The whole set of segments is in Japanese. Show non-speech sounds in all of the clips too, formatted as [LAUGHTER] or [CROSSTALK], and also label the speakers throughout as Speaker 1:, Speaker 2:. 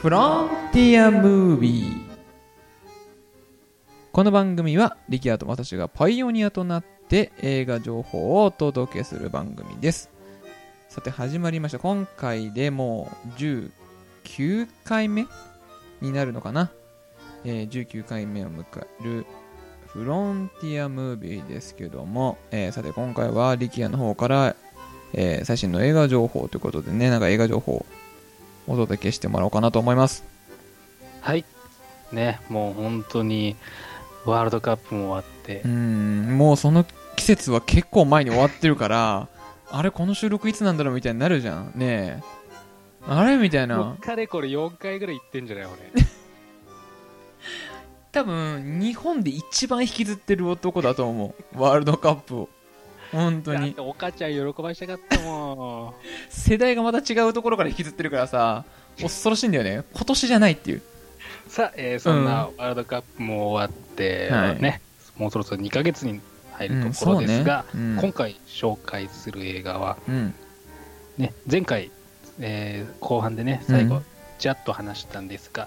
Speaker 1: フロンティアムービーこの番組はリキアと私がパイオニアとなって映画情報をお届けする番組ですさて始まりました今回でもう19回目になるのかな、えー19回目を迎えるフロンティアムービーですけども、えーさて今回はリキアの方から、えー最新の映画情報ということでねなんか映画情報をお届けしてもらおうかなと思います
Speaker 2: はい。ね、もう本当に、ワールドカップも終わって
Speaker 1: うー、んもうその季節は結構前に終わってるから [LAUGHS] あれこの収録いつなんだろうみたいになるじゃんねえあれみたい
Speaker 2: も
Speaker 1: な
Speaker 2: うかれこれ4回ぐらい行ってんじゃない俺。
Speaker 1: 多分日本で一番引きずってる男だと思うワールドカップを本当
Speaker 2: [LAUGHS] だっ
Speaker 1: に
Speaker 2: てお母ちゃん喜ばしたかったも。
Speaker 1: 世代がまた違うところから引きずってるからさ恐ろしいんだよね今年じゃないっていうん
Speaker 2: [LAUGHS] さあ、えーそんなワールドカップも終わって、
Speaker 1: はい
Speaker 2: ね、もうそろそろ2ヶ月に入
Speaker 1: う
Speaker 2: る
Speaker 1: ん
Speaker 2: ところ
Speaker 1: そう
Speaker 2: です
Speaker 1: ね
Speaker 2: が、
Speaker 1: うん
Speaker 2: 今回紹介する映画は、
Speaker 1: うん
Speaker 2: ね、前回、えー後半でね、最
Speaker 1: う
Speaker 2: 後
Speaker 1: ん、
Speaker 2: ちゃっと話したんですが、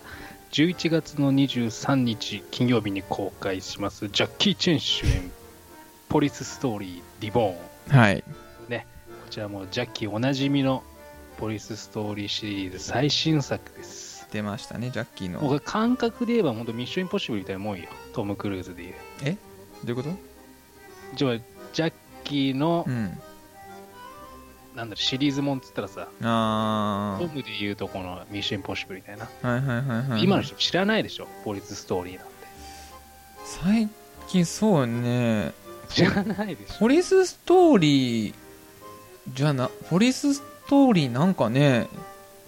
Speaker 2: 11月の23日金曜日に公開します、ジャッキー・チェン主演、ポリスストーリー、リボーン。
Speaker 1: はい
Speaker 2: こちらもジャッキーおなじみのポリスストーリーシリーズ最新作です。
Speaker 1: 出ましたねジャッキーの
Speaker 2: もうこ
Speaker 1: ど
Speaker 2: れ感覚で言えば本当ミッションインポッシブルみたいなもんよ。トム・クルーズで言う。
Speaker 1: ういうこと
Speaker 2: じゃあ、ジャッキーの、
Speaker 1: うん
Speaker 2: なんだろう、シリーズもんっつったらさ、
Speaker 1: あ
Speaker 2: トムで言うとこのミッションインポッシブルみたいな。
Speaker 1: あはいはいはいはい
Speaker 2: 今の人知らないでしょ、ポリスストーリーなんて。
Speaker 1: 最近そうね
Speaker 2: 知らないでしょ。
Speaker 1: ポリスストーリーじゃなポリスストーリーなんかね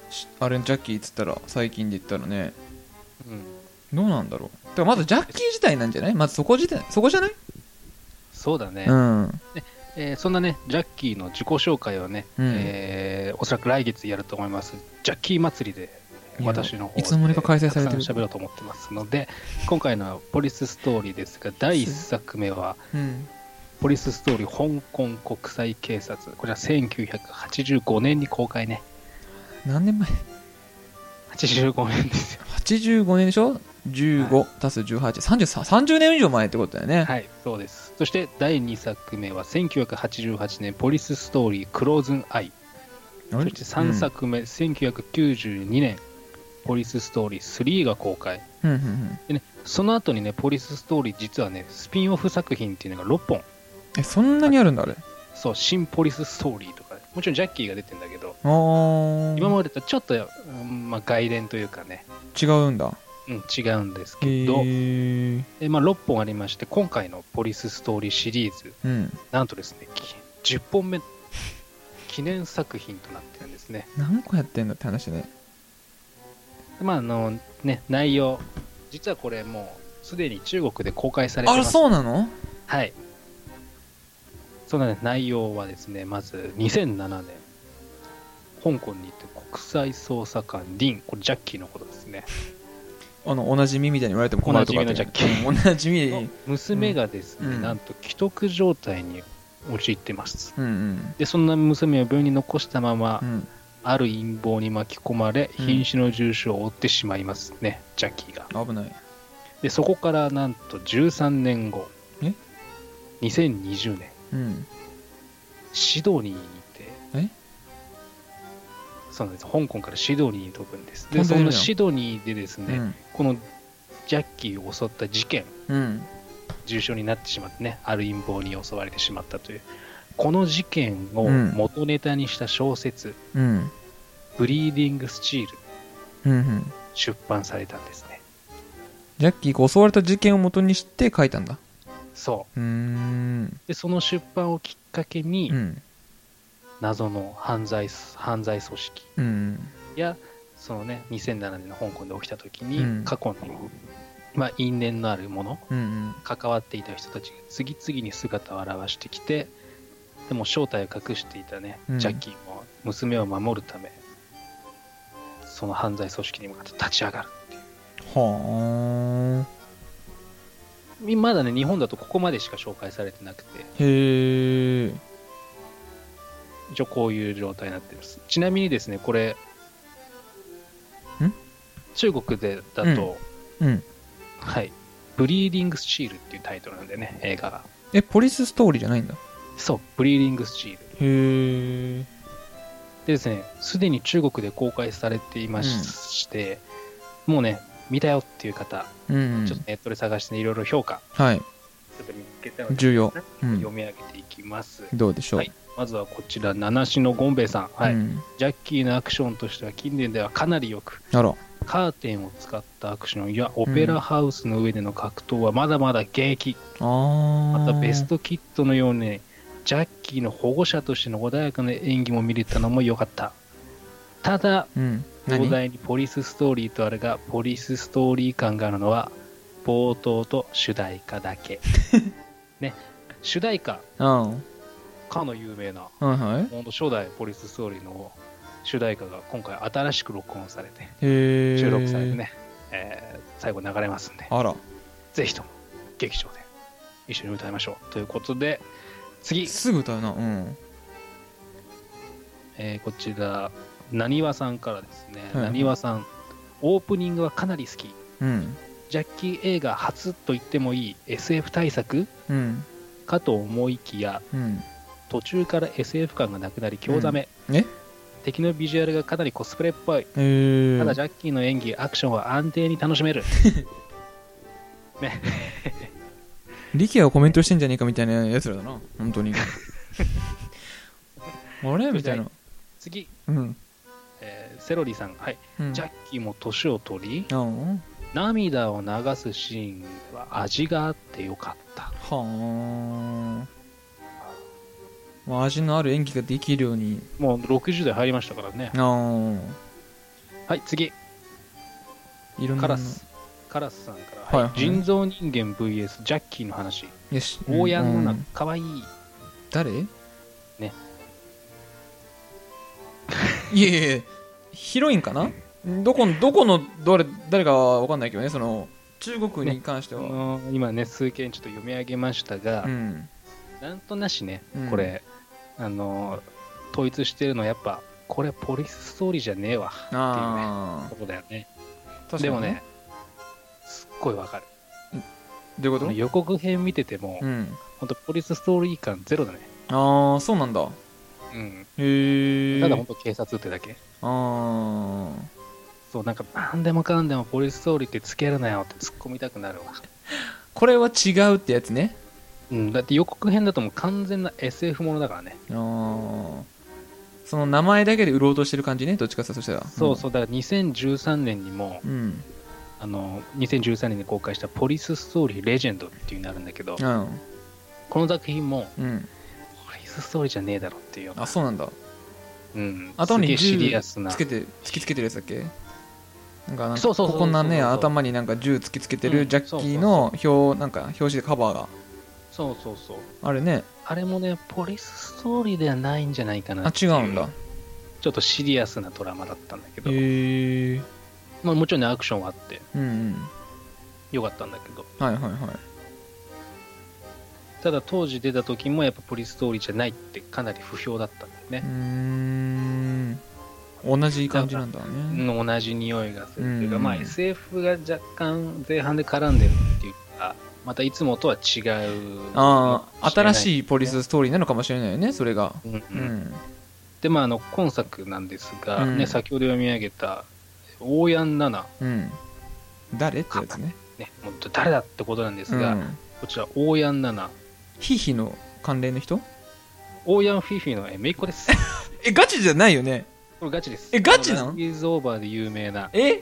Speaker 1: しあれジャッキーっつったら最近で言ったらね
Speaker 2: うん。
Speaker 1: どうなんだろうだからまずジャッキー自体なんじゃないまずそこ自体そこじゃない
Speaker 2: そうだね。
Speaker 1: うん
Speaker 2: えーそんなね、ジャッキーの自己紹介をね、
Speaker 1: うん
Speaker 2: えーおそらく来月やると思います、ジャッキー祭りで、
Speaker 1: いや
Speaker 2: 私の方で
Speaker 1: いつの間にか開催されてる
Speaker 2: たくさん喋ろうと思ってますので、今回のポリスストーリーですが、第1作目は、
Speaker 1: うん
Speaker 2: ポリスストーリー香港国際警察、こちら1985年に公開ね、
Speaker 1: 何年前
Speaker 2: 85年です
Speaker 1: [LAUGHS]
Speaker 2: よ。
Speaker 1: 85年でしょ15足す1830 30年以上前ってことだよね、
Speaker 2: はい、そうです。そして第2作目は、1988年、ポリスストーリー、クローズンアイ。
Speaker 1: あれ
Speaker 2: そして3作目、1992年、ポリスストーリー3が公開。
Speaker 1: うんうんうんうん
Speaker 2: でね、その後にね、ポリスストーリー、実はね、スピンオフ作品っていうのが6本。
Speaker 1: えそんなにあるんだあれ
Speaker 2: そう、新ポリスストーリーとか、もちろんジャッキーが出てんだけど、
Speaker 1: あー
Speaker 2: 今までとちょっと、うんまあ、外伝というかね、
Speaker 1: 違うんだ
Speaker 2: うん、違うんです
Speaker 1: へ
Speaker 2: けど、
Speaker 1: え
Speaker 2: でまあ、6本ありまして、今回のポリスストーリーシリーズ、
Speaker 1: うん
Speaker 2: なんとですね、き10本目、記念作品となってるんですね。
Speaker 1: 何個やってんだって話だね
Speaker 2: まああのね、内容、実はこれもうすでに中国で公開されて
Speaker 1: あ
Speaker 2: ま
Speaker 1: れ
Speaker 2: す。
Speaker 1: そうなの
Speaker 2: はい。その、ね、内容はですね、まず2007年、香港に行って国際捜査官リン、これジャッキーのことですね。
Speaker 1: あのおなじみみたいに言われても困るとか
Speaker 2: おなじみのジャッキー
Speaker 1: うんおなじみ
Speaker 2: [LAUGHS]
Speaker 1: でいい
Speaker 2: の娘がですね、
Speaker 1: うん
Speaker 2: なんと既得状態に陥ってます。
Speaker 1: うんうん
Speaker 2: で、そんな娘を病院に残したまま、
Speaker 1: うん
Speaker 2: ある陰謀に巻き込まれ、
Speaker 1: うん
Speaker 2: 瀕死の重傷を負ってしまいますね、ジャッキーが。
Speaker 1: 危ない
Speaker 2: でそこからなんと13年後
Speaker 1: え
Speaker 2: 2020年
Speaker 1: うん
Speaker 2: シドニーに行っ
Speaker 1: え
Speaker 2: てそうなんです香港からシドニーに飛ぶんです
Speaker 1: 飛
Speaker 2: で
Speaker 1: んで
Speaker 2: そ
Speaker 1: るじゃん
Speaker 2: のシドニーでですね、
Speaker 1: うん
Speaker 2: このジャッキーを襲った事件
Speaker 1: うん
Speaker 2: 重傷になってしまってねある陰謀に襲われてしまったというこの事件を
Speaker 1: うん
Speaker 2: 元ネタにした小説
Speaker 1: うん
Speaker 2: 「ブリーディング・スチール
Speaker 1: うんうん」
Speaker 2: 出版されたんですね
Speaker 1: ジャッキーが襲われた事件を元にして書いたんだ
Speaker 2: そう
Speaker 1: ーん
Speaker 2: うでその出版をきっかけに、
Speaker 1: うん
Speaker 2: 謎の犯罪犯罪組織
Speaker 1: うん
Speaker 2: やそのね2007年の香港で起きた時
Speaker 1: うん
Speaker 2: に過去に、まあ、因縁のあるもの
Speaker 1: うんうん
Speaker 2: 関わっていた人たちが次々に姿を現してきてでも正体を隠していたね、
Speaker 1: うん
Speaker 2: ジャッキーも娘を守るためその犯罪組織に向かって立ち上がるっていう
Speaker 1: は
Speaker 2: みまだね日本だとここまでしか紹介されてなくて
Speaker 1: あへえ
Speaker 2: 一応こういう状態になってますちなみにですねこれ中国でだと、
Speaker 1: うん。
Speaker 2: はい、ブリーディング・スチールっていうタイトルなんでね、映画が。
Speaker 1: え、ポリスストーリーじゃないんだ。
Speaker 2: そう、ブリーディング・スチール。
Speaker 1: へえ。
Speaker 2: でですね、すでに中国で公開されていまし,、
Speaker 1: うん
Speaker 2: て、もうね、見たよっていう方、
Speaker 1: うん
Speaker 2: ちょっ。とネットで探していろいろ評価、
Speaker 1: はい。
Speaker 2: ちょっと見つけたので、
Speaker 1: 重要。うん。
Speaker 2: 読み上げていきます。
Speaker 1: どうでしょう
Speaker 2: はい。まずはこちら、七種のゴンベイさん、はい
Speaker 1: うん
Speaker 2: ジャッキーのアクションとしては近年ではかなりよく、
Speaker 1: あら。
Speaker 2: カーテンを使ったアクションやオペラハウスの上での格闘はまだまだ現役、
Speaker 1: あ
Speaker 2: ま
Speaker 1: あ。
Speaker 2: たベストキッドのようにジャッキーの保護者としての穏やかな演技も見れたのも良かったただ
Speaker 1: うん。
Speaker 2: 東
Speaker 1: 何
Speaker 2: 大にポリスストーリーとあるがポリスストーリー感があるのは冒頭と主題歌
Speaker 1: [LAUGHS]
Speaker 2: だけね主題歌
Speaker 1: うん。はい
Speaker 2: かの有名な
Speaker 1: は
Speaker 2: ほんと初代ポリスストーリーの主題歌が今回新しく録音されて
Speaker 1: い。へえ。
Speaker 2: 収録されて。ね、えー最後流れますんで
Speaker 1: あら。
Speaker 2: ぜひとも劇場で一緒に歌いましょうということで次、
Speaker 1: すぐ歌うな。うん。
Speaker 2: えーこちらなにわさんからですね
Speaker 1: はい
Speaker 2: なにわさんオープニングはかなり好き
Speaker 1: うん。
Speaker 2: ジャッキー映画初と言ってもいい SF 対策
Speaker 1: うん。
Speaker 2: かと思いきや
Speaker 1: うん。
Speaker 2: 途中から SF 感がなくなり興ざめ、
Speaker 1: うんえ
Speaker 2: 敵のビジュアルがかなりコスプレっぽい
Speaker 1: へえ。
Speaker 2: ただジャッキーの演技アクションは安定に楽しめるね
Speaker 1: 力也をコメントしてんじゃねえかみたいなやつらだな。本
Speaker 2: [LAUGHS]
Speaker 1: 当に。あれみたいな。
Speaker 2: 次、
Speaker 1: うん。
Speaker 2: えーセロリさん、はい
Speaker 1: うん
Speaker 2: ジャッキーも年を取
Speaker 1: う
Speaker 2: り
Speaker 1: ん。
Speaker 2: 涙を流すシーンは味があってよかった
Speaker 1: はあ、まあ、味のある演技ができるように
Speaker 2: もう60代入りましたからね
Speaker 1: ああ
Speaker 2: はい次
Speaker 1: いろんな
Speaker 2: カラスカラスさんから、
Speaker 1: はい
Speaker 2: はい人造人間 VS ジャッキーの話
Speaker 1: よし
Speaker 2: 大家の
Speaker 1: う
Speaker 2: 中
Speaker 1: ん
Speaker 2: かわいい
Speaker 1: 誰
Speaker 2: ね
Speaker 1: いえいえヒロインかなどこのどこのどれ誰かは分かんないけどねその中国に関して
Speaker 2: あ
Speaker 1: は、
Speaker 2: のー今ね数件ちょっと読み上げましたが、
Speaker 1: うん
Speaker 2: なんとなしね
Speaker 1: うん
Speaker 2: これ、あのー統一してるのはやっぱこれポリスストーリーじゃねえわっていうね
Speaker 1: あ
Speaker 2: ことだよね
Speaker 1: あ
Speaker 2: でもねすっごいわかる
Speaker 1: どういう
Speaker 2: こ
Speaker 1: こ
Speaker 2: の
Speaker 1: と
Speaker 2: 予告編見てても、
Speaker 1: うん
Speaker 2: 本当ポリスストーリー感ゼロだね
Speaker 1: ああそうなんだ
Speaker 2: うん
Speaker 1: へえ
Speaker 2: ただ本当警察ってだけ
Speaker 1: ああ
Speaker 2: そうなんか何でもかんでもポリスストーリーってつけるなよって突っ込みたくなるわ、
Speaker 1: これは違うってやつね
Speaker 2: うん、だって予告編だともう完全な SF ものだからね
Speaker 1: あーその名前だけで売ろうとしてる感じねどっちかさそしたら
Speaker 2: そうそうだから2013年にも、
Speaker 1: うん
Speaker 2: あの2013年に公開した「ポリスストーリーレジェンド」っていうのになるんだけど
Speaker 1: うん
Speaker 2: この作品も
Speaker 1: うん
Speaker 2: ポリスストーリーじゃねえだろっていうような
Speaker 1: あそうなんだ
Speaker 2: うん
Speaker 1: 後に
Speaker 2: すげえシ
Speaker 1: 銃
Speaker 2: リアスな
Speaker 1: つけて突きつけてるやつだっけなんかなんか
Speaker 2: そうそうそうそう
Speaker 1: ここんなね
Speaker 2: そうそう
Speaker 1: 頭になんか銃突きつけて
Speaker 2: う
Speaker 1: る
Speaker 2: ん
Speaker 1: ジャッキーの表なんか表紙でカバーが
Speaker 2: そうそうそう
Speaker 1: あれね
Speaker 2: あれもねポリスストーリーではないんじゃないかな
Speaker 1: あ
Speaker 2: って
Speaker 1: 違
Speaker 2: い
Speaker 1: う
Speaker 2: う
Speaker 1: んだ
Speaker 2: ちょっとシリアスなドラマだったんだけど、
Speaker 1: へえ
Speaker 2: まあ、もちろんねアクションはあって
Speaker 1: うんうん
Speaker 2: よかったんだけど
Speaker 1: はいはいはい
Speaker 2: ただ当時出た時もやっぱポリストーリーじゃないってかなり不評だったんだよ
Speaker 1: うー
Speaker 2: ね、
Speaker 1: ん同じ感じなんだね
Speaker 2: 同じ匂いがするっていうか、
Speaker 1: うん
Speaker 2: まあ、SF が若干前半で絡んでるっていうかまたいつもとは違う
Speaker 1: ああ新
Speaker 2: い、
Speaker 1: しいポリスストーリーなのかもしれないよねそれが
Speaker 2: うんうん
Speaker 1: うん
Speaker 2: でまああの今作なんですが、
Speaker 1: うん
Speaker 2: ね、先ほど読み上げた大山奈々
Speaker 1: うん誰ってやつね
Speaker 2: ね、もう誰だってことなんです
Speaker 1: う
Speaker 2: が、
Speaker 1: ん
Speaker 2: こちら大山奈々
Speaker 1: ヒヒの関連の人
Speaker 2: 大山フィフィのえめいっ子です
Speaker 1: えガチじゃないよね
Speaker 2: これガチです
Speaker 1: えガチなの
Speaker 2: あラッキーズオーバーで有名な
Speaker 1: え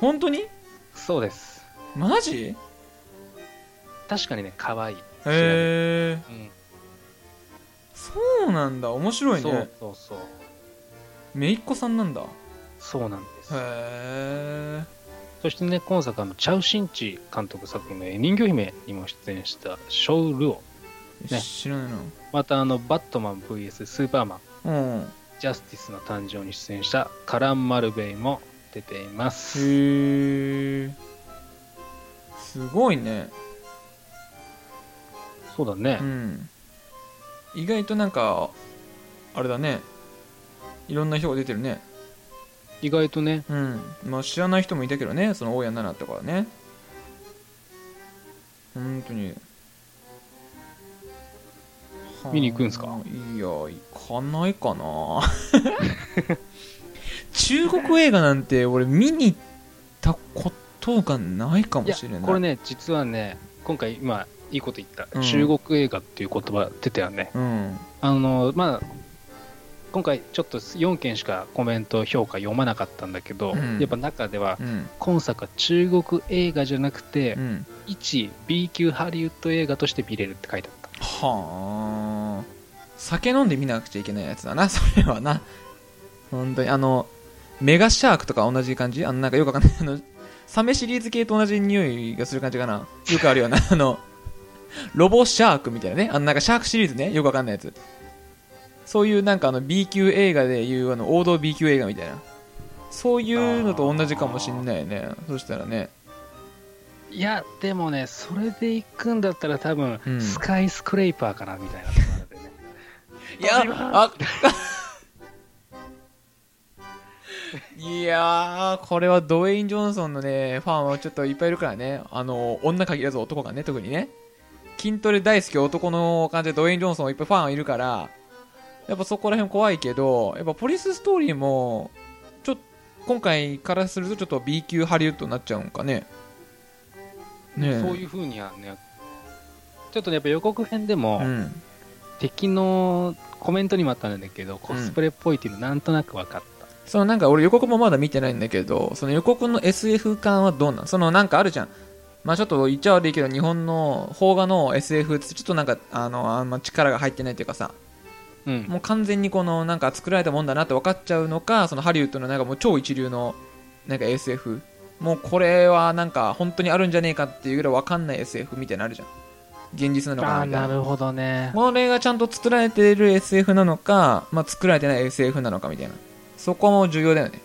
Speaker 1: 本当に
Speaker 2: そうです
Speaker 1: マジ
Speaker 2: 確かにね可愛い
Speaker 1: へえ
Speaker 2: うん
Speaker 1: そうなんだ面白い
Speaker 2: そ
Speaker 1: ね
Speaker 2: うそうそう
Speaker 1: めいっ子さんなんだへ
Speaker 2: そうなんです、
Speaker 1: え
Speaker 2: そしてね今作あのチャウ・シンチ監督作品のえ「人魚姫」にも出演したショウ・ルオね
Speaker 1: 知らない
Speaker 2: またあの「バットマン VS スーパーマン
Speaker 1: なうん」
Speaker 2: 「ジャスティスの誕生」に出演したカラン・マルベイも出ています
Speaker 1: へえすごいね
Speaker 2: そうだね、
Speaker 1: うん意外となんかあれだねいろんな人が出てるね
Speaker 2: 意外とね
Speaker 1: うんまあ知らない人もいたけどねその大家奈々とかはね本当にはあ
Speaker 2: 見に行くんすか
Speaker 1: いや行かないかな [LAUGHS] 中国映画なんて俺見に行ったことがないか
Speaker 2: い
Speaker 1: も
Speaker 2: や
Speaker 1: しれない
Speaker 2: これね実はね今回今いいこと言った、
Speaker 1: うん
Speaker 2: 中国映画っていう言葉出てはね
Speaker 1: うん
Speaker 2: あのまあ今回ちょっと4件しかコメント評価読まなかったんだけど、
Speaker 1: うん
Speaker 2: やっぱ中では
Speaker 1: うん
Speaker 2: 今作は中国映画じゃなくて、
Speaker 1: うん
Speaker 2: 一 B 級ハリウッド映画として見れるって書いてあった
Speaker 1: はあ酒飲んで見なくちゃいけないやつだな [LAUGHS] それはな本当にあのメガシャークとか同じ感じあのなんかよくわかんないあのサメシリーズ系と同じ匂いがする感じかなよくあるような [LAUGHS] あのロボシャークみたいなねあのなんかシャークシリーズねよくわかんないやつそういうなんかあの B 級映画でいうあの王道 B 級映画みたいなそういうのと同じかもしんないよねそしたらね
Speaker 2: いやでもねそれで行くんだったら多分、
Speaker 1: うん
Speaker 2: スカイスクレーパーかなみたいなところでね [LAUGHS]
Speaker 1: いやあいやーこれはドウェイン・ジョンソンのねファンはちょっといっぱいいるからねあの女限らず男がね特にね筋トレ大好き男の感じでドウェイン・ジョンソンはいっぱいファンいるからやっぱそこら辺怖いけどやっぱポリスストーリーもちょっと今回からするとちょっと B 級ハリウッドになっちゃうんかねねえ
Speaker 2: そういうふうにはねちょっとねやっぱ予告編でも、
Speaker 1: うん
Speaker 2: 敵のコメントにもあったんだけどコスプレっぽいっていうのなんとなく分かった、
Speaker 1: そのなんか俺予告もまだ見てないんだけどその予告の SF 感はどうなんそのなんかあるじゃんまあちょっと言っちゃ悪いけど日本の邦画の SF ってちょっとなんかあのあんま力が入ってないというかさ
Speaker 2: うん
Speaker 1: もう完全にこのなんか作られたもんだなって分かっちゃうのかそのハリウッドのなんかもう超一流のなんか SF もうこれはなんか本当にあるんじゃねえかっていうぐらい分かんない SF みたいなのあるじゃん現実なのか
Speaker 2: あ
Speaker 1: な
Speaker 2: あ
Speaker 1: みたい
Speaker 2: な
Speaker 1: な
Speaker 2: るほどね
Speaker 1: これがちゃんと作られてる SF なのか、まあ、作られてない SF なのかみたいなそこも重要だよね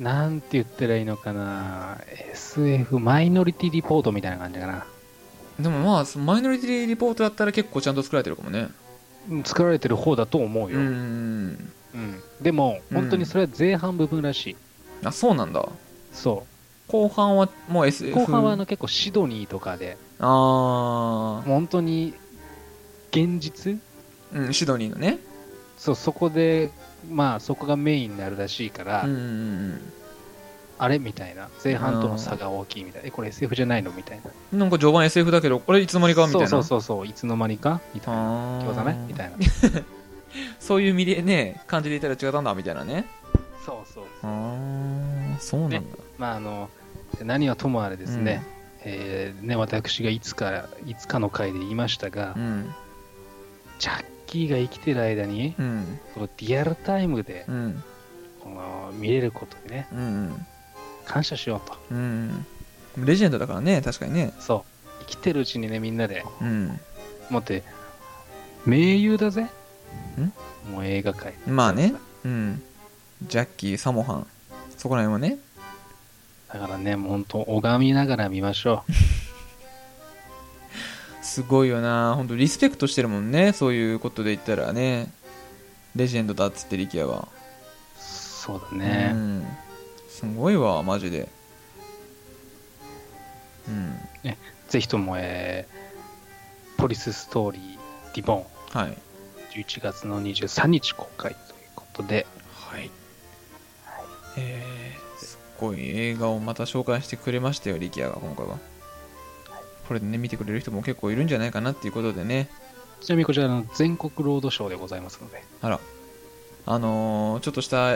Speaker 2: なんて言ったらいいのかな SF マイノリティリポートみたいな感じかな
Speaker 1: でもまあそのマイノリティリポートだったら結構ちゃんと作られてるかもね
Speaker 2: うん作られてる方だと思う
Speaker 1: う
Speaker 2: よ、うん
Speaker 1: ん
Speaker 2: でも
Speaker 1: うん
Speaker 2: 本当にそれは前半部分らしい、
Speaker 1: あそうなんだ
Speaker 2: そ
Speaker 1: 後半はもう
Speaker 2: う
Speaker 1: SF
Speaker 2: 後半はあの結構シドニーとかで
Speaker 1: あ
Speaker 2: もう本当に現実
Speaker 1: ーうんシドニーのね
Speaker 2: そうそこでまあそこがメインになるらしいから、
Speaker 1: うんうんうん
Speaker 2: あれみたいな前半との差が大きいみたいなえこれ SF じゃないのみたいな
Speaker 1: うんなんか序盤 SF だけどこれいつの間にかみたいな
Speaker 2: そうそうそうそういつの間にかみたいな
Speaker 1: あー
Speaker 2: 餃子ねみた
Speaker 1: [LAUGHS]
Speaker 2: いな
Speaker 1: そういう見れね感じでいたら違ったんだみたいなね
Speaker 2: そうそう
Speaker 1: あーそうなんだ、
Speaker 2: ねまああの何はともあれですね、えーね私がいつからいつかの回で言いましたが、
Speaker 1: うん
Speaker 2: ジャッキーが生きてる間に
Speaker 1: うん
Speaker 2: このリアルタイムで
Speaker 1: うん
Speaker 2: この見れることにね
Speaker 1: うんうん
Speaker 2: 感謝しようと
Speaker 1: うんレジェンドだからね確かにね
Speaker 2: そう生きてるうちにねみんなで
Speaker 1: うん
Speaker 2: もって名優だぜもう映画界
Speaker 1: まあねうんジャッキーサモハンそこら辺はね
Speaker 2: だからねもう本当拝みながら見ましょう
Speaker 1: すごいよな本当リスペクトしてるもんねそういうことで言ったらねレジェンドだっつって力也は
Speaker 2: そうだね、
Speaker 1: うんすごいわマジでうん
Speaker 2: ぜひとも、えーポリスストーリーリボン
Speaker 1: はい
Speaker 2: 11月の23日公開ということで
Speaker 1: はいえー、すっごい映画をまた紹介してくれましたよ力也が今回はこれでね見てくれる人も結構いるんじゃないかなっていうことでね
Speaker 2: ちなみにこちらの全国ロードショーでございますので
Speaker 1: あらあのーちょっとした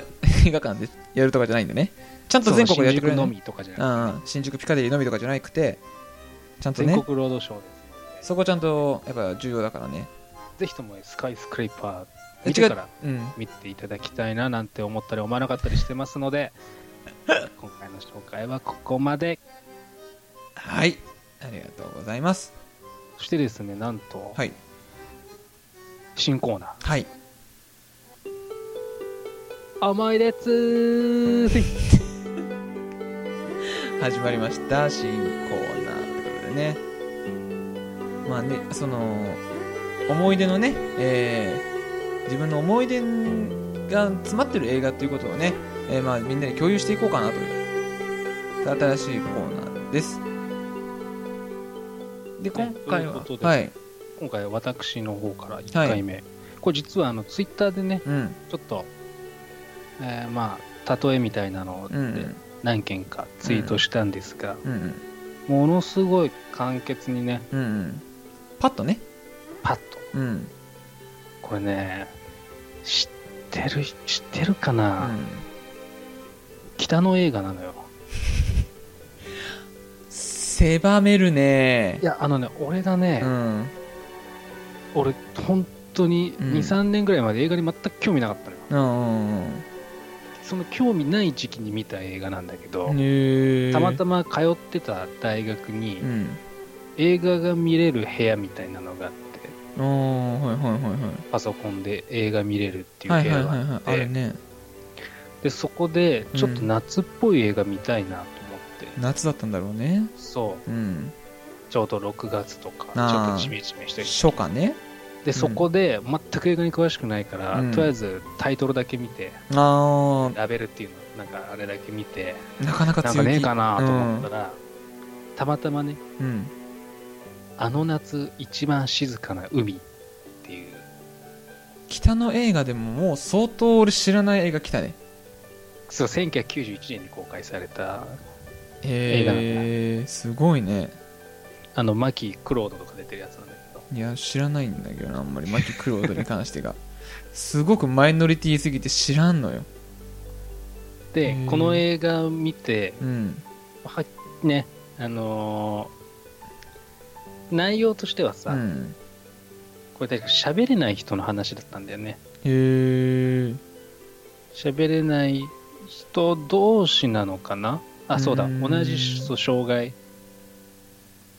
Speaker 1: 映画館でやるとかじゃないんでねちゃんと全国でやってくれる
Speaker 2: そ
Speaker 1: の
Speaker 2: う新宿のみとかじゃ
Speaker 1: う
Speaker 2: なく
Speaker 1: んうん新宿ピカデリーのみとかじゃなくてちゃんと
Speaker 2: て、
Speaker 1: ね
Speaker 2: 全国ロードショーです
Speaker 1: そこちゃんとやっぱ重要だからね
Speaker 2: ぜひともスカイスクレーパ
Speaker 1: え
Speaker 2: ー見
Speaker 1: 違
Speaker 2: て
Speaker 1: う
Speaker 2: から
Speaker 1: うん
Speaker 2: 見ていただきたいななんて思ったり思わなかったりしてますの
Speaker 1: [LAUGHS]
Speaker 2: で今回の紹介はここまで
Speaker 1: はいありがとうございます
Speaker 2: そしてですねなんと
Speaker 1: はい
Speaker 2: 新コーナー
Speaker 1: はい
Speaker 2: 「思い出つーすい
Speaker 1: 始まりました新コーナーということでねまあねその思い出のね、えー自分の思い出が詰まってる映画ということをねえーまあ、みんなで共有していこうかなという新しいコーナーですで今回は
Speaker 2: ということで
Speaker 1: はい、
Speaker 2: 今回は私の方から1回目、これ実はあのツイッターでね
Speaker 1: うん
Speaker 2: ちょっと、えーまあ例えみたいなの
Speaker 1: うんうん
Speaker 2: で何件かツイートしたんですが、
Speaker 1: うんうん
Speaker 2: ものすごい簡潔にね
Speaker 1: うんうんパッとね
Speaker 2: パッと
Speaker 1: うん
Speaker 2: これね知ってる知ってるかな、
Speaker 1: うん
Speaker 2: 北の映画なのよ
Speaker 1: 狭めるね
Speaker 2: いやあのね俺がね、
Speaker 1: うん
Speaker 2: 俺本当に
Speaker 1: うん
Speaker 2: 23、年ぐらいまで映画に全く興味なかったのよ
Speaker 1: うんうん
Speaker 2: その興味ない時期に見た映画なんだけど、
Speaker 1: うんへー
Speaker 2: たまたま通ってた大学に、
Speaker 1: うん
Speaker 2: 映画が見れる部屋みたいなのがあって
Speaker 1: あーはいはいはいはい
Speaker 2: パソコンで映画見れるっていう
Speaker 1: はい
Speaker 2: 部
Speaker 1: は
Speaker 2: 屋
Speaker 1: い
Speaker 2: が
Speaker 1: はい
Speaker 2: あ
Speaker 1: は
Speaker 2: っ
Speaker 1: いある
Speaker 2: て
Speaker 1: ね
Speaker 2: でそこでちょっと
Speaker 1: うん
Speaker 2: 夏っぽい映画見たいなと思って、
Speaker 1: 夏だったんだろうね
Speaker 2: そう
Speaker 1: うん
Speaker 2: ちょうど6月とか
Speaker 1: あ
Speaker 2: ち
Speaker 1: ー
Speaker 2: ょっとジメジメしてる
Speaker 1: 初夏ね
Speaker 2: でそこで全く映画に詳しくないから、
Speaker 1: うん
Speaker 2: とりあえずタイトルだけ見て
Speaker 1: あ
Speaker 2: ラベルっていうのなんかあれだけ見て
Speaker 1: ーなかなか
Speaker 2: なん
Speaker 1: 強
Speaker 2: か
Speaker 1: 気
Speaker 2: ねえかなと思ったら、たまたまね
Speaker 1: うんうん
Speaker 2: 「あの夏一番静かな海」っていう
Speaker 1: 北の映画でももう相当俺知らない映画来たね
Speaker 2: そう1991年に公開された映画なんだ
Speaker 1: へえすごいね
Speaker 2: あの牧クロードとか出てるやつなんだけど
Speaker 1: いや知らないんだけどなあんまりマキクロードに関してが [LAUGHS] すごくマイノリティすぎて知らんのよ
Speaker 2: で
Speaker 1: うん
Speaker 2: この映画を見て
Speaker 1: うん
Speaker 2: はねあのー内容としてはさ、
Speaker 1: うん
Speaker 2: これ確か喋れない人の話だったんだよね
Speaker 1: へえ
Speaker 2: 喋れない人同士なのかなあそうだ
Speaker 1: うん
Speaker 2: 同じそう障害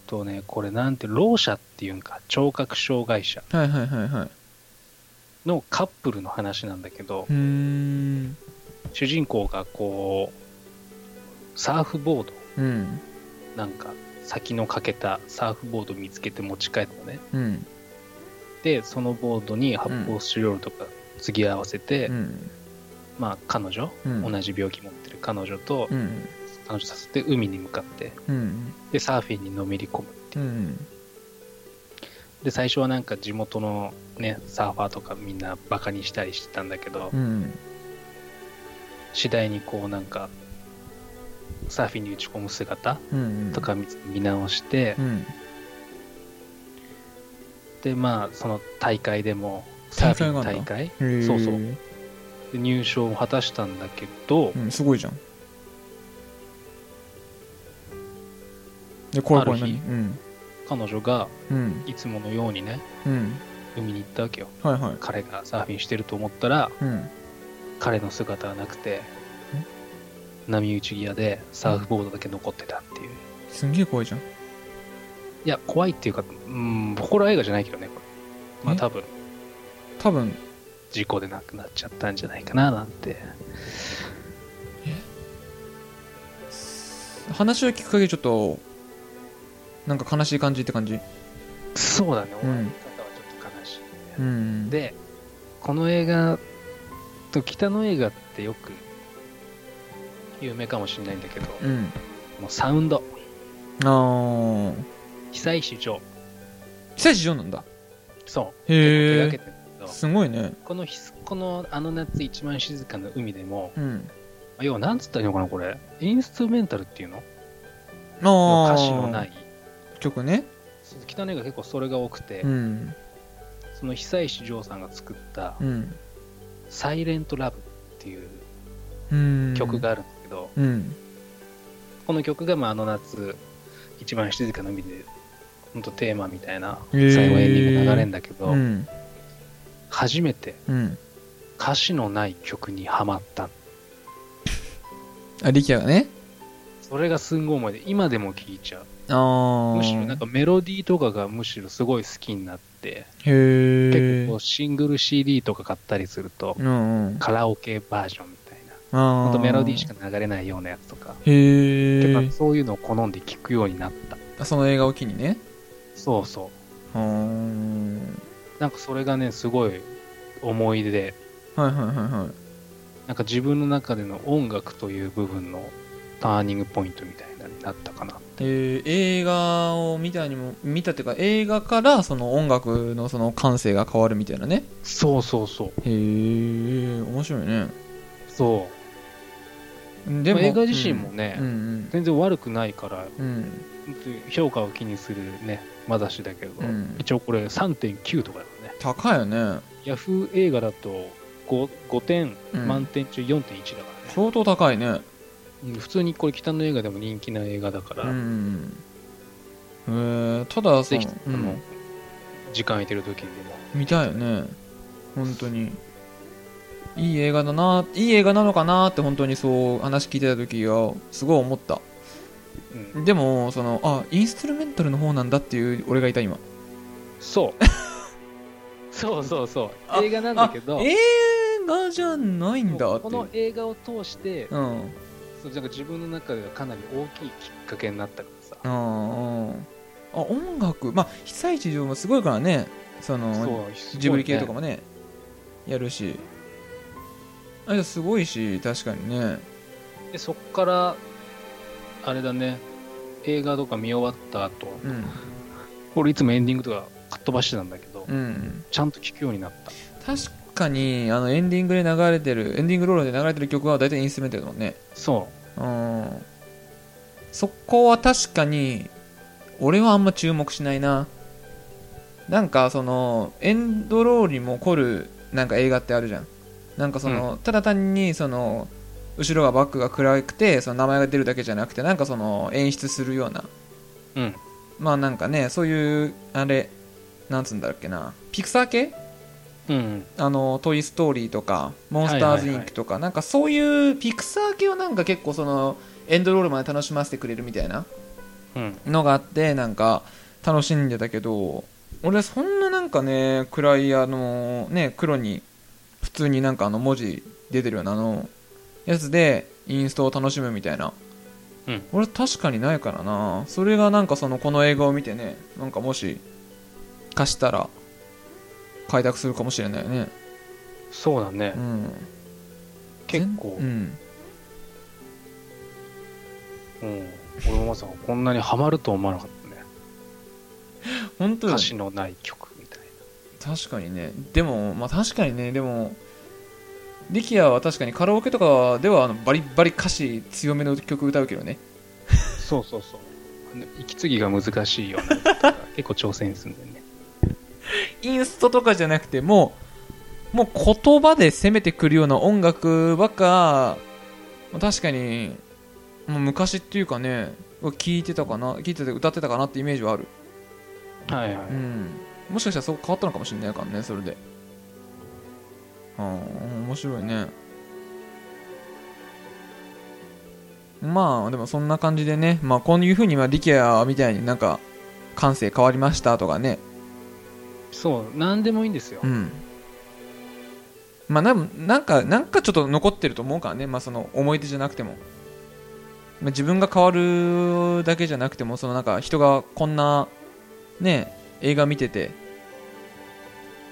Speaker 2: とねこれなんてろう者っていうんか聴覚障害者
Speaker 1: はいはいはいはい
Speaker 2: のカップルの話なんだけど
Speaker 1: うーん
Speaker 2: 主人公がこうサーフボード
Speaker 1: うん
Speaker 2: なんか先の欠けたサーフボード見つけて持ち帰ったのね
Speaker 1: うん
Speaker 2: でそのボードに発泡スチロールとか継ぎ合わせて、
Speaker 1: うん
Speaker 2: まあ彼女、
Speaker 1: うん
Speaker 2: 同じ病気持ってる彼女と、
Speaker 1: うん
Speaker 2: 彼女させて海に向かって
Speaker 1: うん
Speaker 2: でサーフィンにのめり込むって
Speaker 1: う
Speaker 2: いうんで最初はなんか地元のねサーファーとかみんなバカにしたりしてたんだけど、
Speaker 1: うん
Speaker 2: 次第にこうなんかサーフィンに打ち込む姿
Speaker 1: うん
Speaker 2: とか見見直して
Speaker 1: う、ん
Speaker 2: でまあその大会でもサーフィンの
Speaker 1: 大
Speaker 2: 大
Speaker 1: 会
Speaker 2: 会
Speaker 1: へー
Speaker 2: そうそうで入賞を果たしたんだけど、
Speaker 1: うんすごいじゃんで怖い怖い
Speaker 2: ある
Speaker 1: 何
Speaker 2: 日
Speaker 1: うん
Speaker 2: 彼女が
Speaker 1: うん
Speaker 2: いつものようにね
Speaker 1: うん
Speaker 2: 海に行ったわけよ
Speaker 1: はいはい
Speaker 2: 彼がサーフィンしてると思ったら
Speaker 1: うん
Speaker 2: 彼の姿はなくて波打ち際でサーフボードだけ残ってたっていう、い
Speaker 1: すんげえ怖いじゃん
Speaker 2: や怖いっていうかうんホラー映画じゃないけどねこれまあ
Speaker 1: え
Speaker 2: 多分
Speaker 1: 多分
Speaker 2: 事故で亡くなっちゃったんじゃないかななんて
Speaker 1: 話を聞く限りちょっとなんか悲しい感じって感じ
Speaker 2: そうだね終
Speaker 1: うん
Speaker 2: わり方はちょっと悲しいね、
Speaker 1: うん
Speaker 2: でこの映画と北の映画ってよく有名かもしれないんだけど、
Speaker 1: うん
Speaker 2: もうサウンド
Speaker 1: ああ
Speaker 2: 久石譲
Speaker 1: 久石譲なんだ
Speaker 2: そう手
Speaker 1: へ
Speaker 2: 掛
Speaker 1: え
Speaker 2: けてるんだけど
Speaker 1: すごいね
Speaker 2: このひこのあの夏一番静かな海でも
Speaker 1: うん
Speaker 2: まあ要はなんつったらいいのかなこれインストゥルメンタルっていうの
Speaker 1: ああ
Speaker 2: 歌詞のない
Speaker 1: 曲ね
Speaker 2: 北の映画結構それが多くて、
Speaker 1: うん
Speaker 2: その久石譲さんが作った
Speaker 1: うん
Speaker 2: 「サイレントラブっていう
Speaker 1: うん
Speaker 2: 曲があるんですけど、
Speaker 1: うん
Speaker 2: この曲がまああの夏一番静かな海で本当テーマみたいな
Speaker 1: へー
Speaker 2: 最後エンディング流れるんだけど、
Speaker 1: うん
Speaker 2: 初めて
Speaker 1: うん
Speaker 2: 歌詞のない曲にはまった
Speaker 1: あ力也がね
Speaker 2: それがすんごい思いで今でも聴いちゃ
Speaker 1: ああ
Speaker 2: うむしろなんかメロディーとかがむしろすごい好きになって
Speaker 1: へえ
Speaker 2: 結構こうシングル CD とか買ったりすると
Speaker 1: うんうん
Speaker 2: カラオケバージョンみたいな
Speaker 1: あ
Speaker 2: ほんとメロディーし
Speaker 1: か
Speaker 2: か流れないようなやつとか
Speaker 1: へ
Speaker 2: 結
Speaker 1: え
Speaker 2: 構そういうのを好んで聴くようになった
Speaker 1: その映画を機にね
Speaker 2: そうそう
Speaker 1: うーん
Speaker 2: なんかそれがねすごい思い出で
Speaker 1: はいはいはいはい
Speaker 2: なんか自分の中での音楽という部分のターニングポイントみたいなのになったかな
Speaker 1: えー映画を見たにも見たっていうか映画からその音楽のその感性が変わるみたいなね
Speaker 2: そうそうそう
Speaker 1: へえ面白いね
Speaker 2: そ
Speaker 1: で
Speaker 2: う
Speaker 1: も
Speaker 2: まあ映画自身もね、
Speaker 1: うんうん
Speaker 2: 全然悪くないから
Speaker 1: うん、うん
Speaker 2: 本当に評価を気にするねまだしだけど、
Speaker 1: うん
Speaker 2: 一応これ3.9とかだからね
Speaker 1: 高いよね
Speaker 2: ヤフー映画だと 5, 5点
Speaker 1: うん
Speaker 2: 満点中4.1だからね、
Speaker 1: 相当高いね
Speaker 2: うん普通にこれ北の映画でも人気な映画だから、
Speaker 1: うんえー、ただそ
Speaker 2: ぜ
Speaker 1: の
Speaker 2: ひ、
Speaker 1: う
Speaker 2: あの
Speaker 1: ん、
Speaker 2: 時間空いてる時にでも
Speaker 1: 見たいよね本当にいい映画だないい映画なのかなって本当にそう話聞いてた時はすごい思った
Speaker 2: うん
Speaker 1: でもそのあインストゥルメンタルの方なんだっていう俺がいた今
Speaker 2: そう [LAUGHS] そうそうそう
Speaker 1: あ
Speaker 2: 映画なんだけど
Speaker 1: 映画じゃないんだって
Speaker 2: こ
Speaker 1: い
Speaker 2: の
Speaker 1: う
Speaker 2: 映画を通して、
Speaker 1: うん
Speaker 2: そうなんか自分の中ではかなり大きいきっかけになったからさ、
Speaker 1: あーあ音楽まあ被災地上もすごいからねその
Speaker 2: そうすごいね
Speaker 1: ジブリ系とかもねやるしあじゃあすごいし確かにね
Speaker 2: でそっからあれだね映画とか見終わった後
Speaker 1: うん
Speaker 2: 俺いつもエンディングとかかっ飛ばしてたんだけど、
Speaker 1: うん
Speaker 2: ちゃんと聴くようになった
Speaker 1: 確かにあのエンディングで流れてるエンディングロールで流れてる曲は大体インストゥルメンタルだもんね
Speaker 2: そ
Speaker 1: うんそこは確かに俺はあんま注目しないななんかそのエンドロールも凝るなんか映画ってあるじゃんなんかその、ただ単にその後ろがバックが暗くてその名前が出るだけじゃなくてなんかその演出するような
Speaker 2: ううん
Speaker 1: まあなんかねそういうあれなんつうんだっけなピクサー系
Speaker 2: うん
Speaker 1: あの「トイ・ストーリー」とか「モンスターズ・インク」とか、なんかそういうピクサー系をなんか結構そのエンドロールまで楽しませてくれるみたいな
Speaker 2: うん
Speaker 1: のがあってなんか楽しんでたけど俺そんななんかね暗いあのね黒に普通になんかあの文字出てるようなあのやつでインストを楽しむみたいな、
Speaker 2: うん
Speaker 1: 俺確かにないからなそれがなんかそのこの映画を見てねなんかもし貸したら開拓するかもしれないよね
Speaker 2: そうだね、
Speaker 1: うん
Speaker 2: 結構
Speaker 1: う、ん、
Speaker 2: うん、俺もまさかこんなにハマるとは思わなかったね
Speaker 1: 本当だ
Speaker 2: 歌
Speaker 1: ね
Speaker 2: 詞のない曲みたい
Speaker 1: 確かにねでもまあ確かにねでも力也は確かにカラオケとかではあのバリバリ歌詞強めの曲歌うけどね
Speaker 2: なそうそうそうあの息継ぎが難しいような歌とか結構挑戦するんだよね
Speaker 1: インストとかじゃなくてもうもう言葉で攻めてくるような音楽ばっかまあ確かにもう昔っていうかね聞いてたかな聞いてて歌ってたかなってイメージはある
Speaker 2: はいはい、
Speaker 1: うんもしかしたらそこ変わったのかもしれないからねそれでああ面白いねまあでもそんな感じでねまあこういうふうにまあ力也みたいになんか感性変わりましたとかね
Speaker 2: そう何でもいいんですよ、
Speaker 1: うんまあなんなんかなんかちょっと残ってると思うからねまあその思い出じゃなくてもまあ自分が変わるだけじゃなくてもそのなんか人がこんなね映画見てて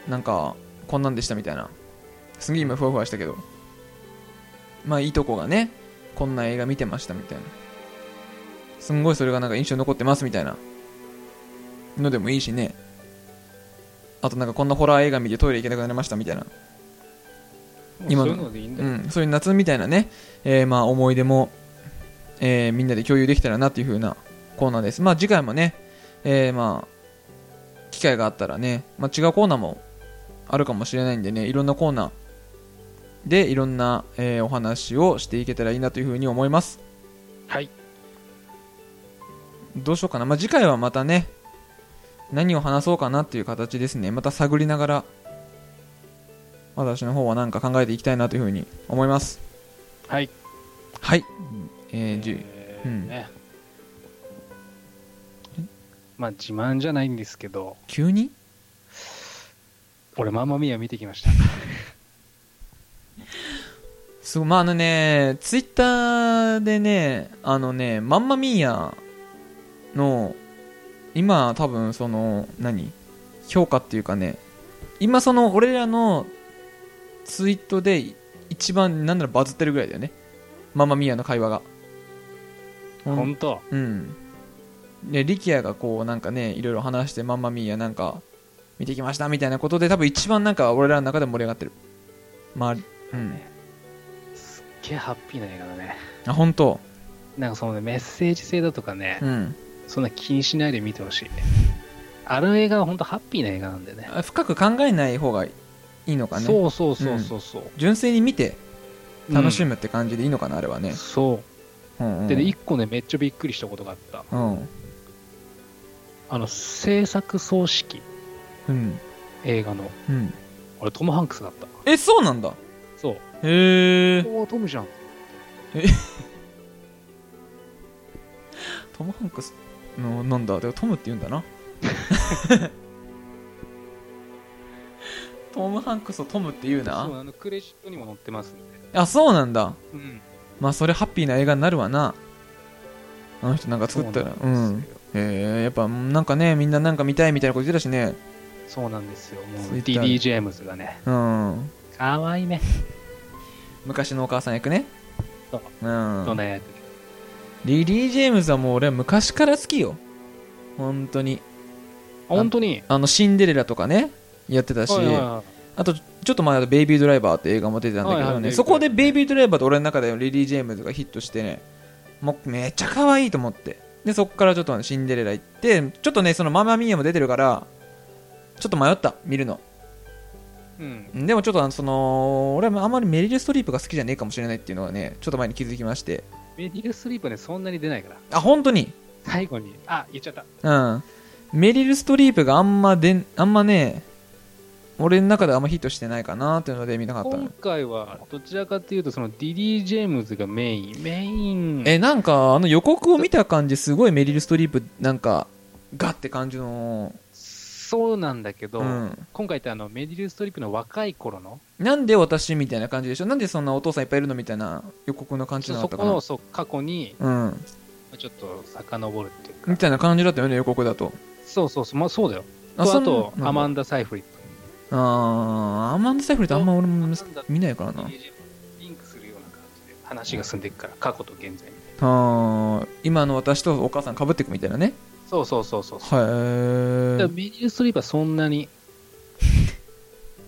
Speaker 1: なんかこんなんでしたみたいなすげえ今ふわふわしたけどまあいいとこがねこんな映画見てましたみたいなすんごいそれがなんか印象に残ってますみたいなのでもいいしねあとなんかこんなホラー映画見てトイレ行けなくなりましたみたいな今の
Speaker 2: 今そういうのでいいんだ
Speaker 1: う
Speaker 2: よ、
Speaker 1: ん、そういう夏みたいなね、えーまあ思い出も、えーみんなで共有できたらなっていう風なコーナーです。まあ次回もね、えーまあ、機会があったらね、まあ違うコーナーもあるかもしれないんでね、いろんなコーナーでいろんな、えーお話をしていけたらいいなという風に思います。
Speaker 2: はい
Speaker 1: どうしようかな。まあ次回はまたね、何を話そうかなっていう形ですね。また探りながら、私の方は何か考えていきたいなという風に思います。
Speaker 2: はい、
Speaker 1: はい。えー、じゅ
Speaker 2: え
Speaker 1: う
Speaker 2: ー
Speaker 1: ん
Speaker 2: ねまあ自慢じゃないんですけど
Speaker 1: 急に
Speaker 2: 俺ママミヤ見てきました
Speaker 1: すごい、まあ、あのね、ツイッターでね、あのね、マンマミーヤの、今多分その、何評価っていうかね、今その俺らのツイートで、い一番なんならバズってるぐらいだよねママミアの会話がほん
Speaker 2: 本当
Speaker 1: うんで力也がこうなんかねいろいろ話してママミアなんか見てきましたみたいなことで多分一番なんか俺らの中で盛り上がってるまあうん
Speaker 2: すっげえハッピーな映画だね
Speaker 1: あ本当
Speaker 2: なんかそのねメッセージ性だとかね、
Speaker 1: うん
Speaker 2: そんな気にしないで見てほしいあの映画は本当ハッピーな映画なんでね
Speaker 1: あ深く考えない方がいいのかね
Speaker 2: そうそうそうそうそう、
Speaker 1: 純粋に見て楽し
Speaker 2: む、
Speaker 1: むって感じでいいのかな、あれはね、
Speaker 2: そ
Speaker 1: うんうん、
Speaker 2: うでね一個ねめっちゃびっくりしたことがあった
Speaker 1: うん
Speaker 2: あの制作総指揮
Speaker 1: うん
Speaker 2: 映画の
Speaker 1: うん
Speaker 2: 俺トム・ハンクスだった
Speaker 1: えそうなんだ
Speaker 2: そう
Speaker 1: へえ
Speaker 2: おおトムじゃん
Speaker 1: トム・ハンクスのなんだでもトムって言うんだ
Speaker 2: [LAUGHS]
Speaker 1: なトム・ハンクスをトムって言う
Speaker 2: そう
Speaker 1: な
Speaker 2: あのクレジットにも載ってますんで
Speaker 1: あそうなんだ
Speaker 2: うん
Speaker 1: まあそれハッピーな映画になるわなあの人なんか作ったら
Speaker 2: そううなんんですよ
Speaker 1: へえやっぱなんかねみんななんか見たいみたいなこと言ってたしね
Speaker 2: そうなんですよも
Speaker 1: そう
Speaker 2: う
Speaker 1: いった
Speaker 2: DD ・ジェームズがね
Speaker 1: うん
Speaker 2: かわいいね
Speaker 1: 昔のお母さん役ね
Speaker 2: そう
Speaker 1: うん
Speaker 2: どんな役
Speaker 1: リリー・ジェームズはもう俺は昔から好きよ本当に
Speaker 2: 本当に
Speaker 1: あのシンデレラとかねやってたし、
Speaker 2: はいはいは
Speaker 1: あとちょっと前だと「ベイビードライバー」って映画も出てたんだけどね、
Speaker 2: はいはい
Speaker 1: そこで「ベイビードライバー」と俺の中でリリー・ジェームズがヒットしてねもうめっちゃ可愛いと思ってでそこからちょっとシンデレラ行ってちょっとねそのママミーヤも出てるからちょっと迷った見るの
Speaker 2: いうん
Speaker 1: でもちょっとあのその俺はあんまりメリル・ストリープが好きじゃねえかもしれないっていうのがねちょっと前に気づきまして
Speaker 2: メディル・ストリープねそんなに出ないから
Speaker 1: あ本当に
Speaker 2: 最後にあ言っちゃった
Speaker 1: うん。メリル・ストリープがあんまでん、あんまね、俺の中であんまヒットしてないかなっていうので見なかったの
Speaker 2: 今回はどちらかというとそのディディ・ジェームズがメインメイン
Speaker 1: え、なんかあの予告を見た感じ、すごいメリル・ストリープ、なんか、ガって感じの、
Speaker 2: そうなんだけど、
Speaker 1: うん。
Speaker 2: 今回ってあのメディル・ストリップの若い頃の
Speaker 1: なんで私みたいな感じでしょなんでそんなお父さんいっぱいいるのみたいな予告の感じじゃなか
Speaker 2: そ
Speaker 1: った
Speaker 2: こ
Speaker 1: か
Speaker 2: の
Speaker 1: な
Speaker 2: そう過去に
Speaker 1: うん。
Speaker 2: ちょっと遡るっていうか
Speaker 1: みたいな感じだったよね、予告だと。
Speaker 2: そうそうそうまあそうだよ
Speaker 1: あ
Speaker 2: と
Speaker 1: そ
Speaker 2: あ
Speaker 1: ん
Speaker 2: と
Speaker 1: なんだ
Speaker 2: アマンダ・サイフリッ
Speaker 1: あーアマンダ・サイフリットあんま俺も
Speaker 2: そう
Speaker 1: 見ないから
Speaker 2: ド
Speaker 1: な。
Speaker 2: リンクするような感じで話が進んでいくから過去と現在みたいな
Speaker 1: あー今の私とお母さんかぶっていくみたいなね。
Speaker 2: そうそうそうそうそう
Speaker 1: へ
Speaker 2: だから
Speaker 1: ー。
Speaker 2: メディル・ストリップはそんなに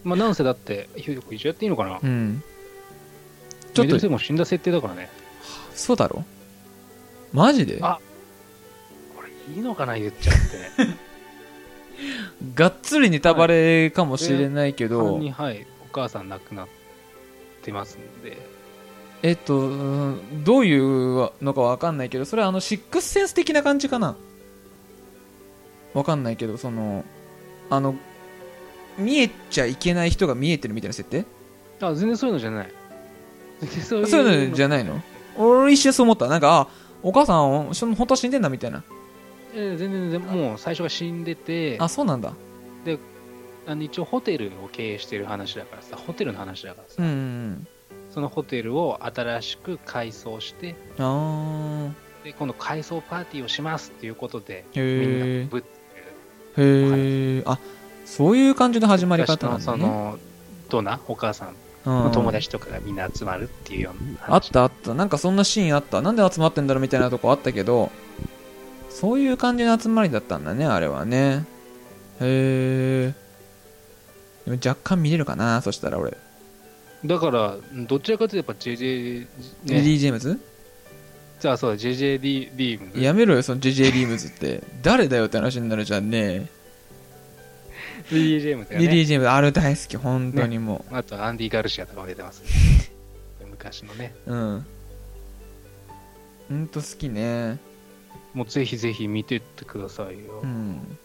Speaker 2: まあなんせだってヒュージョク一応やっていいのかな
Speaker 1: うん。ち
Speaker 2: ち
Speaker 1: ょ
Speaker 2: ょ
Speaker 1: っ
Speaker 2: っ
Speaker 1: と
Speaker 2: とでも死んだ設定だからね。
Speaker 1: そうだろマジで
Speaker 2: あこれいいのかな言っちゃって。
Speaker 1: がっつりネタバレかもしれないけ [LAUGHS] ど、
Speaker 2: 完にはい、お母さん亡くなってますんで。
Speaker 1: えっとうんどういうのかわかんないけどそれはあのシックスセンス的な感じかなわかんないけどそのあの見えちゃいけない人が見えてるみたいな設定
Speaker 2: あ、全然そういうのじゃない。全然そう
Speaker 1: そういうのじゃ
Speaker 2: ない。
Speaker 1: ないの俺一瞬そう思ったなんかあお母さんその本当は死んでんだみたいな
Speaker 2: えー全然全然、もう最初が死んでて、
Speaker 1: あそうなんだ
Speaker 2: あの一応ホテルを経営してる話だからさ、ホテルの話だからさ、
Speaker 1: うんうん
Speaker 2: そのホテルを新しく改装して、
Speaker 1: うんあ
Speaker 2: で、今度改装パーティーをしますっていうことで、
Speaker 1: ー
Speaker 2: み
Speaker 1: へ
Speaker 2: んなぶっ、
Speaker 1: えへえあそういう感じの始まり方なん
Speaker 2: 昔の
Speaker 1: だ
Speaker 2: そ
Speaker 1: ね
Speaker 2: の、ドナ、お母さん
Speaker 1: うん
Speaker 2: の友達とかがみんな集まるっていうような話
Speaker 1: あったあったなんかそんなシーンあったなんで集まってんだろうみたいなとこあったけどそういう感じの集まりだったんだねあれはねへえでも若干見れるかなそしたら俺、
Speaker 2: だから、どちらかというと、やっぱ JJ、
Speaker 1: リ
Speaker 2: ね、
Speaker 1: リー・ジェームズ
Speaker 2: じゃあそうだ、JJD リーグ。
Speaker 1: やめろよその JJ リームズって誰だよって話になるじゃんね
Speaker 2: DDJM だよ
Speaker 1: リリ
Speaker 2: ね。
Speaker 1: ー・ジェームズあれ大好き本当にも
Speaker 2: あと、アンディ・ガルシアとかも出てます。昔のね。
Speaker 1: う、うんほんと好きね
Speaker 2: もうぜひぜひ見てってくださいよ。
Speaker 1: うん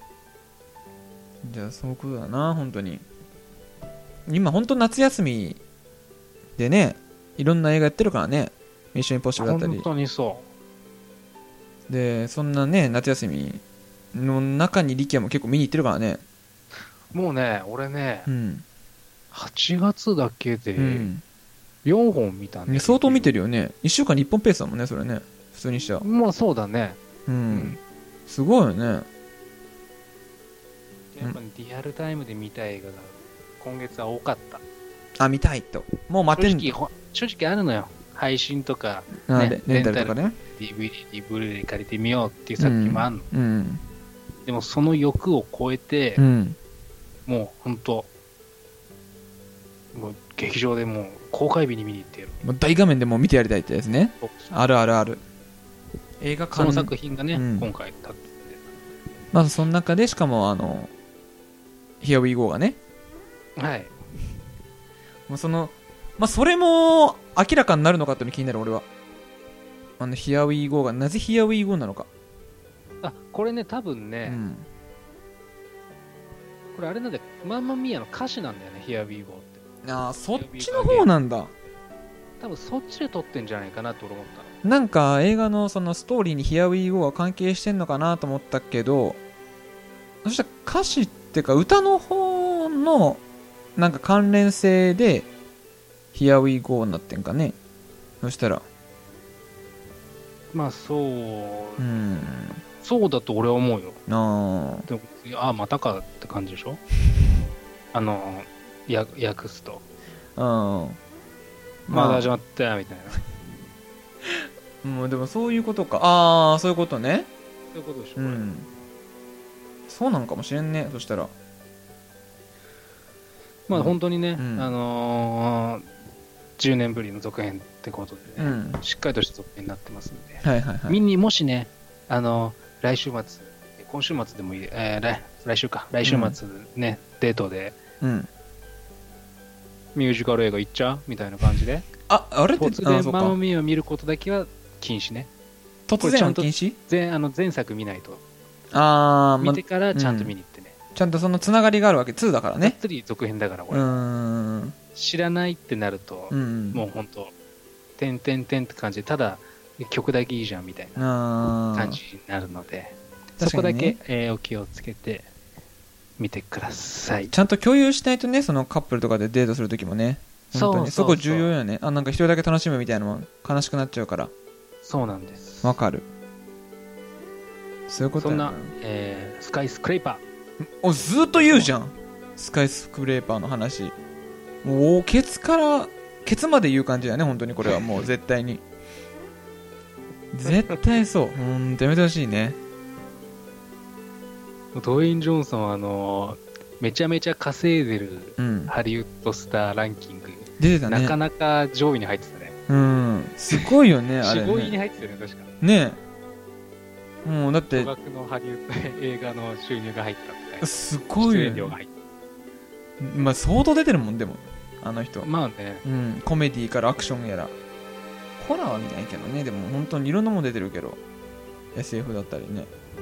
Speaker 1: じゃあそういうことだな本当に今本当夏休みでねいろんな映画やってるからね「ミッションインポッシブル」だった
Speaker 2: 本
Speaker 1: り
Speaker 2: 当にそ
Speaker 1: でそんなね夏休みの中に力也も結構見に行ってるからね
Speaker 2: う。もうね、俺ね
Speaker 1: う、ん、
Speaker 2: 8月だけで
Speaker 1: うん
Speaker 2: 4本見たん
Speaker 1: ね
Speaker 2: で。
Speaker 1: 相当見て
Speaker 2: る。
Speaker 1: るよね1週間に1本ペースだもんねそれね普通にしちゃう
Speaker 2: まあそうだね。
Speaker 1: う。
Speaker 2: うん
Speaker 1: すごいよね
Speaker 2: やっぱりリアルタイムで見た映画が今月は多かった。
Speaker 1: あ、見たいと。もう待て
Speaker 2: 正
Speaker 1: ん
Speaker 2: 直ほ正直あるのよ配信とか
Speaker 1: あ
Speaker 2: ね
Speaker 1: レレンタルとかね。
Speaker 2: DVD、ブルーレイ借りてみようっていう作品もあるの、
Speaker 1: うん。
Speaker 2: でもその欲を超えて、
Speaker 1: うん。
Speaker 2: もう本当もう劇場でもう公開日に見に行ってやる
Speaker 1: もう大画面でもう見てやりたいってですね。あるあるある。映画
Speaker 2: そ
Speaker 1: 館
Speaker 2: の作品がね、
Speaker 1: うん
Speaker 2: 今回立って
Speaker 1: まずその中で、しかもあの、Here we go がね。
Speaker 2: てはい
Speaker 1: もうその、まあ、それも明らかになるのかっていうの気になる、俺は。あの、Here we go が、なぜ Here we go なのか。
Speaker 2: あこれね多分
Speaker 1: う
Speaker 2: ね、
Speaker 1: ん。
Speaker 2: これあれなんだよマンマミアの歌詞なんだよね「Here We Go」って
Speaker 1: ああ、そっちの方なんだ。
Speaker 2: 多分そっちで撮ってんじゃないかなと俺思ったの
Speaker 1: なんか映画のそのストーリーに Here we go は関係してんのかなと思ったけど、そしたら歌詞っていうか歌の方のなんか関連性で Here we go になってんかね。そしたら、
Speaker 2: まあそう
Speaker 1: うーん、
Speaker 2: そうだと俺は思うよ
Speaker 1: あ
Speaker 2: でもああまたかって感じで
Speaker 1: [LAUGHS]
Speaker 2: しょあのや訳すと
Speaker 1: あ、うん。
Speaker 2: まだ
Speaker 1: ま
Speaker 2: 始まったよみたいなそ
Speaker 1: あ、もうでもそういうことか。ああ、そういうことね。
Speaker 2: ういうことでしょ、こ
Speaker 1: う
Speaker 2: れ
Speaker 1: ん。そうなんかもしれんね。そしたら。
Speaker 2: まあ本当にね、
Speaker 1: うん
Speaker 2: あのー10年ぶりの続編ってことで
Speaker 1: う
Speaker 2: ね、
Speaker 1: ん。
Speaker 2: しっかりとした続編になってますんで、
Speaker 1: はいはいはい。
Speaker 2: 見にもしね、あのー来週末、今週末でもいい、えー来来週か、来週末ね、デートで
Speaker 1: うん。
Speaker 2: ミュージカル映画行っちゃうみたいな感じで、
Speaker 1: あ、あれって、
Speaker 2: 突
Speaker 1: あ
Speaker 2: 然
Speaker 1: そう
Speaker 2: ママ
Speaker 1: か。
Speaker 2: ミーを見ることだけは禁止ね。
Speaker 1: 突
Speaker 2: これち
Speaker 1: 然
Speaker 2: ゃ
Speaker 1: は
Speaker 2: んと
Speaker 1: 禁止
Speaker 2: 全あの前作見ないと、
Speaker 1: あー、ま
Speaker 2: 見てからちゃんと見に行ってね。
Speaker 1: ちゃんとそのつながりがあるわけ2だから
Speaker 2: がっ
Speaker 1: ね
Speaker 2: つり続編だから、こ
Speaker 1: うー
Speaker 2: れ、
Speaker 1: ん
Speaker 2: 知らないってなると、
Speaker 1: うん
Speaker 2: もう本当、てんてんてんって感じで、ただ曲だけいいじゃんみたいな。
Speaker 1: あー
Speaker 2: 感じになるので、
Speaker 1: 確
Speaker 2: そ
Speaker 1: か
Speaker 2: こだ
Speaker 1: にね
Speaker 2: け、えーお気をつけて見てください。
Speaker 1: ちゃんと共有しないとねそのカップルとかでデートするときもね本当にそこ重要よねあなんか一人だけ楽しむみたいなのも悲しくなっちゃうから
Speaker 2: そうなんです。
Speaker 1: わかるそういうこと
Speaker 2: そ
Speaker 1: や
Speaker 2: んな、えースカイスクレーパ
Speaker 1: おずっと言うじゃんスカイスクレーパーの話もうケツからケツまで言う感じだよね本当にこれは
Speaker 2: [LAUGHS]
Speaker 1: もう絶対に絶対そうほんとやめてほしいね
Speaker 2: ー。ドウェイン・ジョンソンはあのーめちゃめちゃ稼いでる
Speaker 1: うん
Speaker 2: ハリウッドスターランキング、
Speaker 1: 出てたね
Speaker 2: なかなか上位に入ってたね。
Speaker 1: うんすごいよねあれ
Speaker 2: 4、5位に
Speaker 1: ね
Speaker 2: 入ってたよね、確か。
Speaker 1: ねえもうだって
Speaker 2: 巨額のハリウッド映画の収入が入ったみたいな。
Speaker 1: すごい
Speaker 2: 出
Speaker 1: よ
Speaker 2: 演料
Speaker 1: ね
Speaker 2: が入った。
Speaker 1: まあ相当出てるもんでもあの人
Speaker 2: まあね、
Speaker 1: うんコメディからアクションやらホラーは見ないけどねでも本当にいろんなもん出てるけど SF だったりね
Speaker 2: う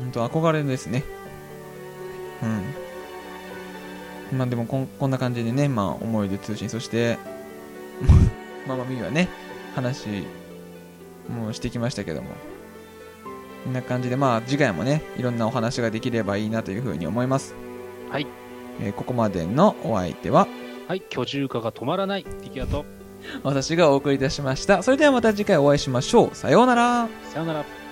Speaker 2: ん、
Speaker 1: 本当憧れですねうんまあでもこんこんな感じでね、まあ、思い出通信そして [LAUGHS] ママミーはね話もうしてきましたけどもこんな感じでまあ次回もねいろんなお話ができればいいなというふうに思います
Speaker 2: はい、
Speaker 1: えーここまでのお相手は
Speaker 2: はい、居住化が止まらない。ティキアと、
Speaker 1: 私がお送りいたしましたそれではまた次回お会いしましょうさようなら
Speaker 2: さよなら。